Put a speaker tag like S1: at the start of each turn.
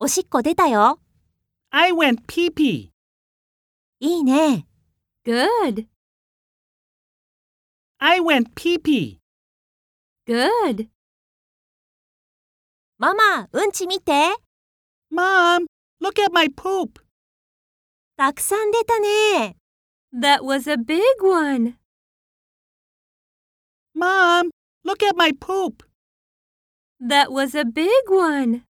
S1: おしっこ出たよ。
S2: I went pee pee.
S1: いいね。
S3: Good.
S2: I went pee pee.
S3: Good.
S1: ママ、うんち見て。
S2: Mom, look at my poop.
S1: たくさん出たね。
S3: That was a big one.
S2: Mom, look at my poop.
S3: That was a big one.